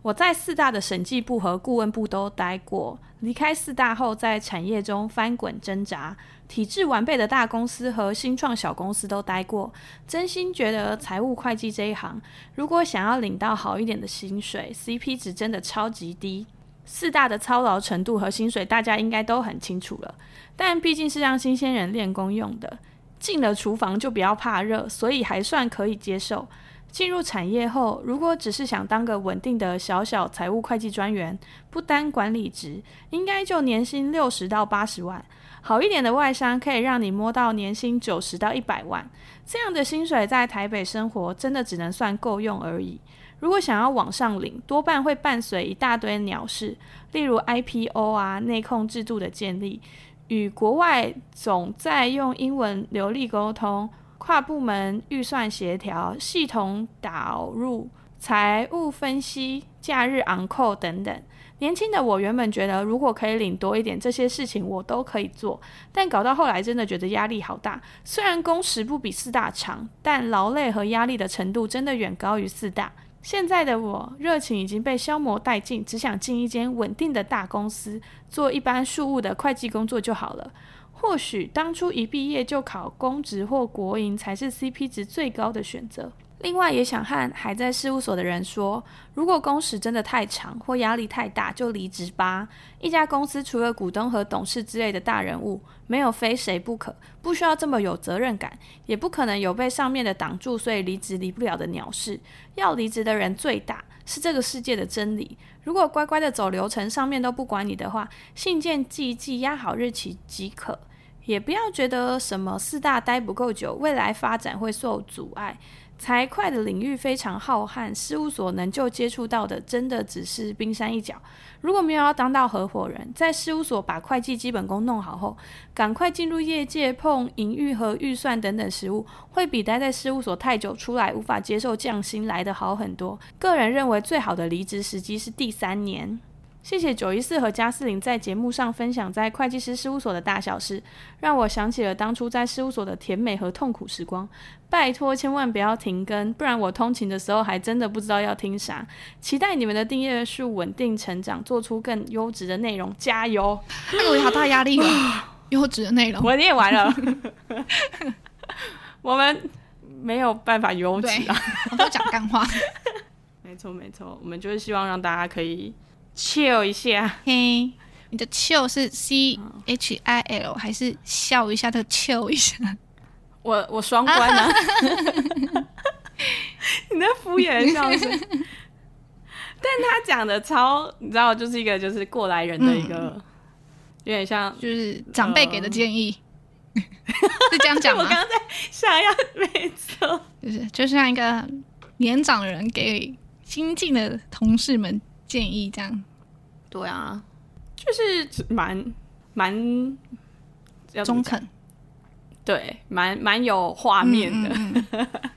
Speaker 1: 我在四大的审计部和顾问部都待过，离开四大后，在产业中翻滚挣扎，体制完备的大公司和新创小公司都待过。真心觉得财务会计这一行如果想要领到好一点的薪水，CP 值真的超级低。四大的操劳程度和薪水，大家应该都很清楚了。但毕竟是让新鲜人练功用的，进了厨房就不要怕热，所以还算可以接受。进入产业后，如果只是想当个稳定的小小财务会计专员，不担管理职，应该就年薪六十到八十万。好一点的外商可以让你摸到年薪九十到一百万，这样的薪水在台北生活真的只能算够用而已。如果想要往上领，多半会伴随一大堆鸟事，例如 IPO 啊、内控制度的建立，与国外总在用英文流利沟通，跨部门预算协调、系统导入、财务分析、假日昂扣等等。年轻的我原本觉得，如果可以领多一点，这些事情我都可以做，但搞到后来真的觉得压力好大，虽然工时不比四大长，但劳累和压力的程度真的远高于四大。现在的我热情已经被消磨殆尽，只想进一间稳定的大公司，做一般庶务的会计工作就好了。或许当初一毕业就考公职或国营才是 CP 值最高的选择。另外，也想和还在事务所的人说，如果工时真的太长或压力太大，就离职吧。一家公司除了股东和董事之类的大人物，没有非谁不可，不需要这么有责任感，也不可能有被上面的挡住，所以离职离不了的鸟事。要离职的人最大，是这个世界的真理。如果乖乖的走流程，上面都不管你的话，信件寄一寄，压好日期即可。也不要觉得什么四大待不够久，未来发展会受阻碍。财会的领域非常浩瀚，事务所能就接触到的，真的只是冰山一角。如果没有要当到合伙人，在事务所把会计基本功弄好后，赶快进入业界碰盈余和预算等等实务，会比待在事务所太久出来无法接受降薪来的好很多。个人认为最好的离职时机是第三年。谢谢九一四和加四零在节目上分享在会计师事务所的大小事，让我想起了当初在事务所的甜美和痛苦时光。拜托，千万不要停更，不然我通勤的时候还真的不知道要听啥。期待你们的订阅数稳定成长，做出更优质的内容，加油！
Speaker 2: 哎呦，好大压力 哦，优质的内容，
Speaker 1: 我念完了， 我们没有办法优质
Speaker 2: 对
Speaker 1: 啊。，
Speaker 2: 我都讲干 话，
Speaker 1: 没错没错，我们就是希望让大家可以 chill 一下，
Speaker 2: 嘿，你的 chill 是 C H I L 还是笑一下的 chill 一下？
Speaker 1: 我我双关啊！ 你那敷衍的笑声，但他讲的超，你知道，就是一个就是过来人的一个，有点像。
Speaker 2: 就是长辈给的建议， 是这样讲
Speaker 1: 嗯 我
Speaker 2: 吗
Speaker 1: 刚？刚在想要，没错，
Speaker 2: 就是就像一个年长人给新进的同事们建议这样，
Speaker 1: 对啊，就是蛮蛮要怎
Speaker 2: 中
Speaker 1: 么
Speaker 2: 肯
Speaker 1: 对，蛮蛮有画面的，
Speaker 2: 嗯嗯嗯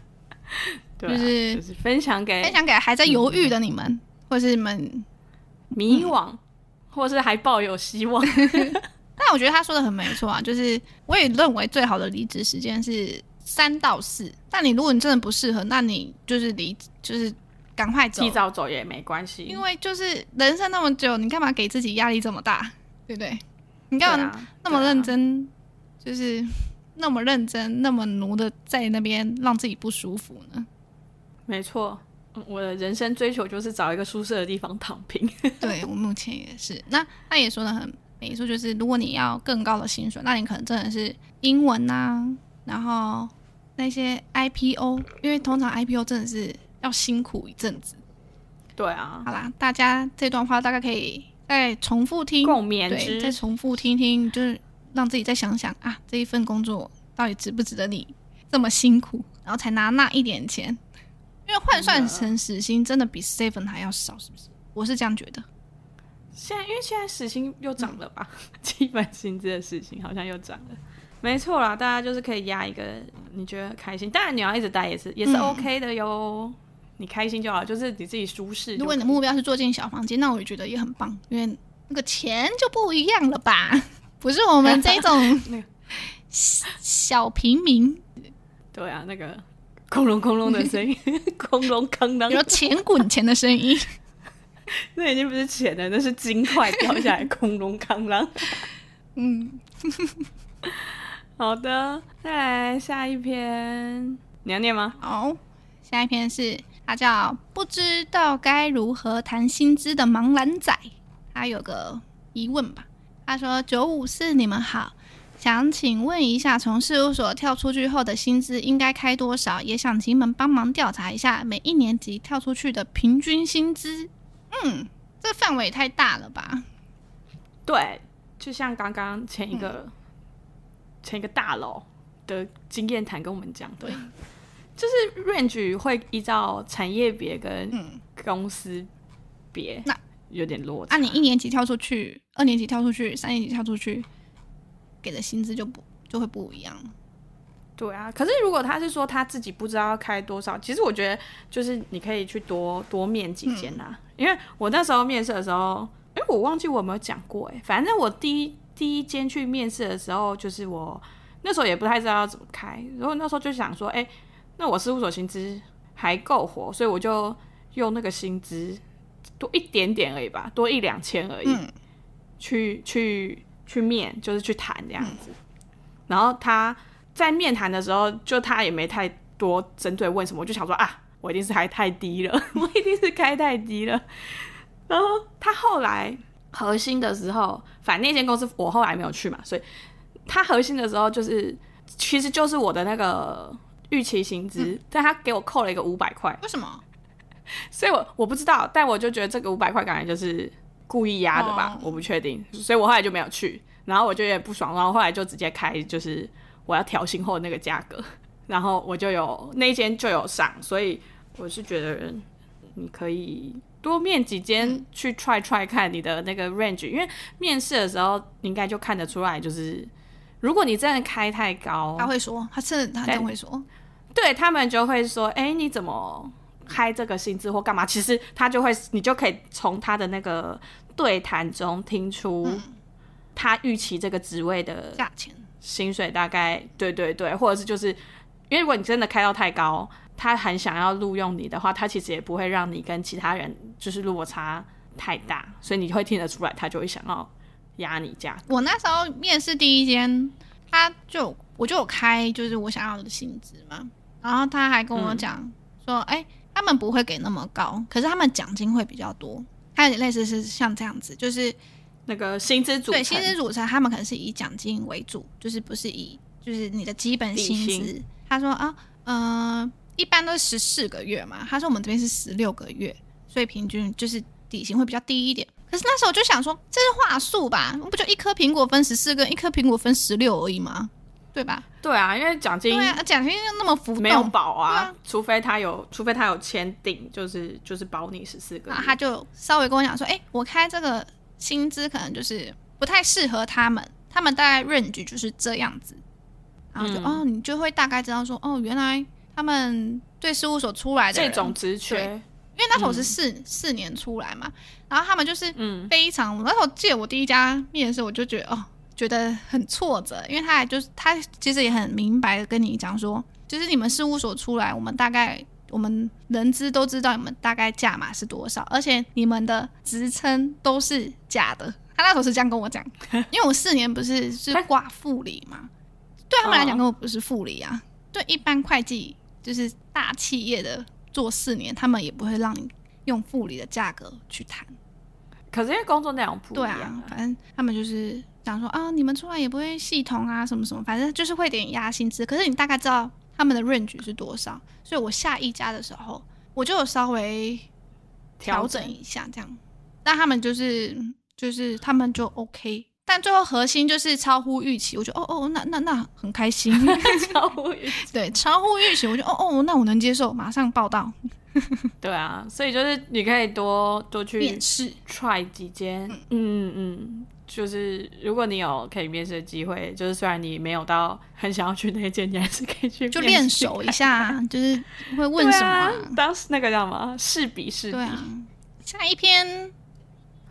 Speaker 1: 对啊、
Speaker 2: 就是
Speaker 1: 就是分享给
Speaker 2: 分享给还在犹豫的你们，或是你们。
Speaker 1: 迷惘， 或是还抱有希望。
Speaker 2: 但我觉得他说的很没错啊，就是我也认为最好的离职时间是三到四。但你如果你真的不适合，那你就是离，就是赶快走
Speaker 1: 提，早走也没关系，
Speaker 2: 因为就是人生那么久，你干嘛给自己压力这么大？对不对？你
Speaker 1: 对啊
Speaker 2: 干嘛那么
Speaker 1: 对啊
Speaker 2: 认真，就是那么认真、那么奴的在那边让自己不舒服呢？
Speaker 1: 啊没错，嗯我的人生追求就是找一个舒适的地方躺平。
Speaker 2: 对我目前也是。那他也说的很没错，就是如果你要更高的薪水，那你可能真的是英文呐、然后那些 IPO，因为通常 IPO 真的是要辛苦一阵子。
Speaker 1: 对啊，
Speaker 2: 好啦，大家这段话大概可以再重复听，
Speaker 1: 共勉
Speaker 2: 对，再
Speaker 1: 之。
Speaker 2: 重复听听，就是让自己再想想啊，这一份工作到底值不值得你这么辛苦，然后才拿那一点钱，因为换算成时薪，真的比 seven 还要少，是不是？我是这样觉得。
Speaker 1: 现在因为现在时薪又涨了吧，基本薪资的事情好像又涨了。没错啦，大家就是可以压一个你觉得开心，当然你要一直待也是也是
Speaker 2: 嗯
Speaker 1: OK 的哟。你开心就好，就是你自己舒适就可以。
Speaker 2: 如果你的目标是做进小房间，那我也觉得也很棒，因为那个钱就不一样了吧？不是我们这种
Speaker 1: 那个
Speaker 2: 小小平民，
Speaker 1: 对啊，那个空隆空隆的声 音，空隆空当
Speaker 2: 有，钱滚钱的声音。
Speaker 1: 那已经不是钱了，那是金块掉下来，空隆空当。
Speaker 2: 嗯，
Speaker 1: 好的，再来下一篇，你要念吗？
Speaker 2: 好，下一篇是它叫《不知道该如何谈薪资的茫然仔》，他有个疑问吧？他说：“九五四，你们好。”想请问一下，从事务所跳出去后的薪资应该开多少？也想请你们帮忙调查一下每一年级跳出去的平均薪资。嗯，这范围也太大了吧？
Speaker 1: 对，就像刚刚前一个、前一个大佬的经验谈跟我们讲的，就是 range 会依照产业别跟
Speaker 2: 嗯
Speaker 1: 公司别，
Speaker 2: 那
Speaker 1: 有点落差。
Speaker 2: 那、你一年级跳出去，二年级跳出去，三年级跳出去，给的薪资就不就会不一样了。
Speaker 1: 对啊，可是如果他是说他自己不知道要开多少，其实我觉得就是你可以去多多面几间啦、因为我那时候面试的时候，哎、我忘记我有没有讲过哎、反正我第一第一间去面试的时候，就是我那时候也不太知道要怎么开，然后那时候就想说，哎、那我事务所薪资还够活，所以我就用那个薪资多一点点而已吧，多一两千而已，
Speaker 2: 嗯
Speaker 1: 去去去面，就是去谈这样子。然后他在面谈的时候，就他也没太多针对问什么，我就想说啊，我一定是开太低了， 我一定是开太低了。然后他后来核心的时候，反正那间公司我后来没有去嘛，所以他核心的时候就是，其实就是我的那个预期薪资，但他给我扣了一个五百块，
Speaker 2: 为什么？
Speaker 1: 所以我我不知道，但我就觉得这个五百块感觉就是故意压的吧
Speaker 2: 哦
Speaker 1: 我不确定，所以我后来就没有去，然后我就有点不爽，然后后来就直接开就是我要调薪后的那个价格，然后我就有那一间就有上，所以我是觉得你可以多面几间去 try try 看你的那个 range，因为面试的时候应该就看得出来，就是如果你真的开太高，
Speaker 2: 他会说，他真的他真的会说，
Speaker 1: 对他们就会说：“哎、你怎么开这个薪资或干嘛？”其实他就会，你就可以从他的那个对谈中听出
Speaker 2: 嗯
Speaker 1: 他预期这个职位的
Speaker 2: 价钱
Speaker 1: 薪水大概，对对对，或者是就是因为如果你真的开到太高，他很想要录用你的话，他其实也不会让你跟其他人就是落差太大，所以你会听得出来，他就会想要压你价。
Speaker 2: 我那时候面试第一间，他就我就有开就是我想要的薪资嘛，然后他还跟我讲、说，哎、他们不会给那么高，可是他们奖金会比较多，他有点类似是像这样子，就是
Speaker 1: 那个薪资组成，
Speaker 2: 对，薪资组成他们可能是以奖金为主，就是不是以就是你的基本
Speaker 1: 底
Speaker 2: 薪
Speaker 1: 薪
Speaker 2: 资。他说啊，呃，一般都是十四个月嘛，他说我们这边是十六个月，所以平均就是底薪会比较低一点。可是那时候我就想说，这是话术吧？不就一颗苹果分十四个，一颗苹果分十六而已吗？对吧？
Speaker 1: 对啊，因为奖金
Speaker 2: 对啊，奖金又那么浮动，
Speaker 1: 没有保啊，
Speaker 2: 对啊
Speaker 1: 除非他有，除非他有签订，就是就是保你十四个
Speaker 2: 然
Speaker 1: 月。
Speaker 2: 啊后他就稍微跟我讲说，哎、我开这个薪资可能就是不太适合他们，他们大概 range 就是这样子。然后就、
Speaker 1: 嗯
Speaker 2: 哦，你就会大概知道说，哦，原来他们对事务所出来的
Speaker 1: 这
Speaker 2: 人
Speaker 1: 种嗯职缺
Speaker 2: 对，因为那时候我是四、四年出来嘛，然后他们就是
Speaker 1: 嗯
Speaker 2: 非常，我那时候记得我第一家面试，我就觉得哦，觉得很挫折，因为他还就是他其实也很明白的跟你讲说，就是你们事务所出来，我们大概我们人资都知道你们大概价码是多少，而且你们的职称都是假的。他那时候是这样跟 我讲，因为我四年不是是挂副理嘛，对他们来讲
Speaker 1: 哦
Speaker 2: 跟我不是副理啊，对一般会计就是大企业的做四年，他们也不会让你用副理的价格去谈。
Speaker 1: 可是因为工作内容不一
Speaker 2: 对
Speaker 1: 样
Speaker 2: 啊，反正他们就是讲说啊，你们出来也不会系统啊，什么什么，反正就是会点压薪资。可是你大概知道他们的 range 是多少，所以我下一家的时候，我就有稍微调整一下这样。但他们就是就是他们就 OK，但最后核心就是超乎预期，我觉得哦哦，那那那很开心，
Speaker 1: 超无语
Speaker 2: 对，超乎预期，我就哦哦，那我能接受，马上报到
Speaker 1: 对啊，所以就是你可以多多去
Speaker 2: 面试。
Speaker 1: try 几间，嗯嗯嗯，就是如果你有可以面试的机会，就是虽然你没有到很想要去那间，你还是可以去
Speaker 2: 就
Speaker 1: 面
Speaker 2: 练
Speaker 1: 试
Speaker 2: 手一下啊，就是会
Speaker 1: 看
Speaker 2: 问什么、
Speaker 1: 对啊当时那个叫什么试笔试笔
Speaker 2: 对。啊，下一篇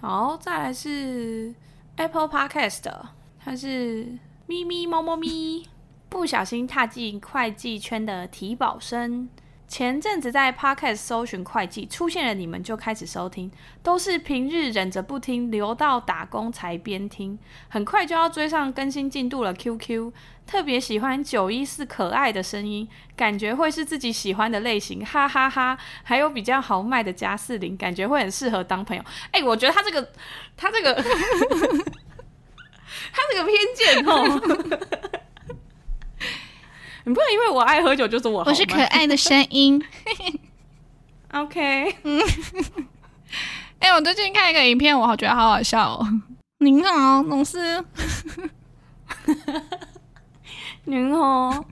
Speaker 1: 好，再来是 Apple Podcast，的它是咪咪猫猫咪，不小心踏进会计圈的提保生。前阵子在 Podcast 搜寻会计，出现了你们就开始收听，都是平日忍着不听，留到打工才边听，很快就要追上更新进度了。QQ 特别喜欢九一四可爱的声音，感觉会是自己喜欢的类型，哈哈哈还有比较豪迈的加四零，感觉会很适合当朋友。哎、我觉得他这个，他这个， 他这个偏见哦。 你不能因为我爱喝酒就说我好
Speaker 2: 我是可爱的声音。
Speaker 1: 吗 OK，
Speaker 2: 哎、我最近看一个影片，我好觉得好好笑哦。 您好，农师，
Speaker 1: 您好，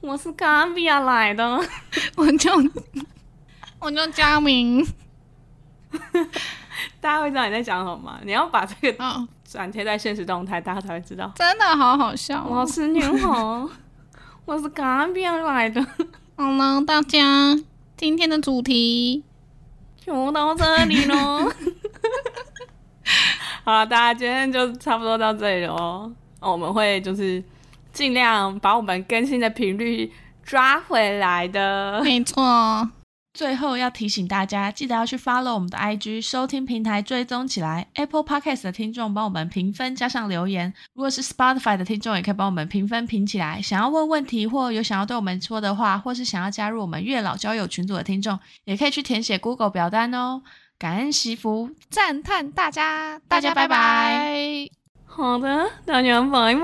Speaker 1: 我是咖比亚来的。
Speaker 2: 我就我就佳明
Speaker 1: 大家会知道你在讲什么吗？你要把这个
Speaker 2: 哦，
Speaker 1: 转贴在现实动态，大家才会知道。
Speaker 2: 真的好好笑
Speaker 1: 我
Speaker 2: 哦。
Speaker 1: 是您好，我是咖比亚来的。
Speaker 2: 好了，大家今天的主题
Speaker 1: 就到这里喽。 好啦，大家今天就差不多到这里喽。我们会就是尽量把我们更新的频率抓回来的。
Speaker 2: 没错，
Speaker 3: 最后要提醒大家，记得要去 follow 我们的 IG 收听平台追踪起来。Apple Podcast 的听众帮我们评分加上留言，如果是 Spotify 的听众也可以帮我们评分评起来。想要问问题或有想要对我们说的话，或是想要加入我们月老交友群组的听众，也可以去填写 Google 表单哦。感恩惜福，
Speaker 2: 赞叹 大家，
Speaker 3: 大家拜
Speaker 2: 拜
Speaker 3: 拜，
Speaker 1: 好的，大家拜拜。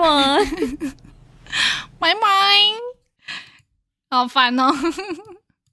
Speaker 2: 拜拜，好烦哦。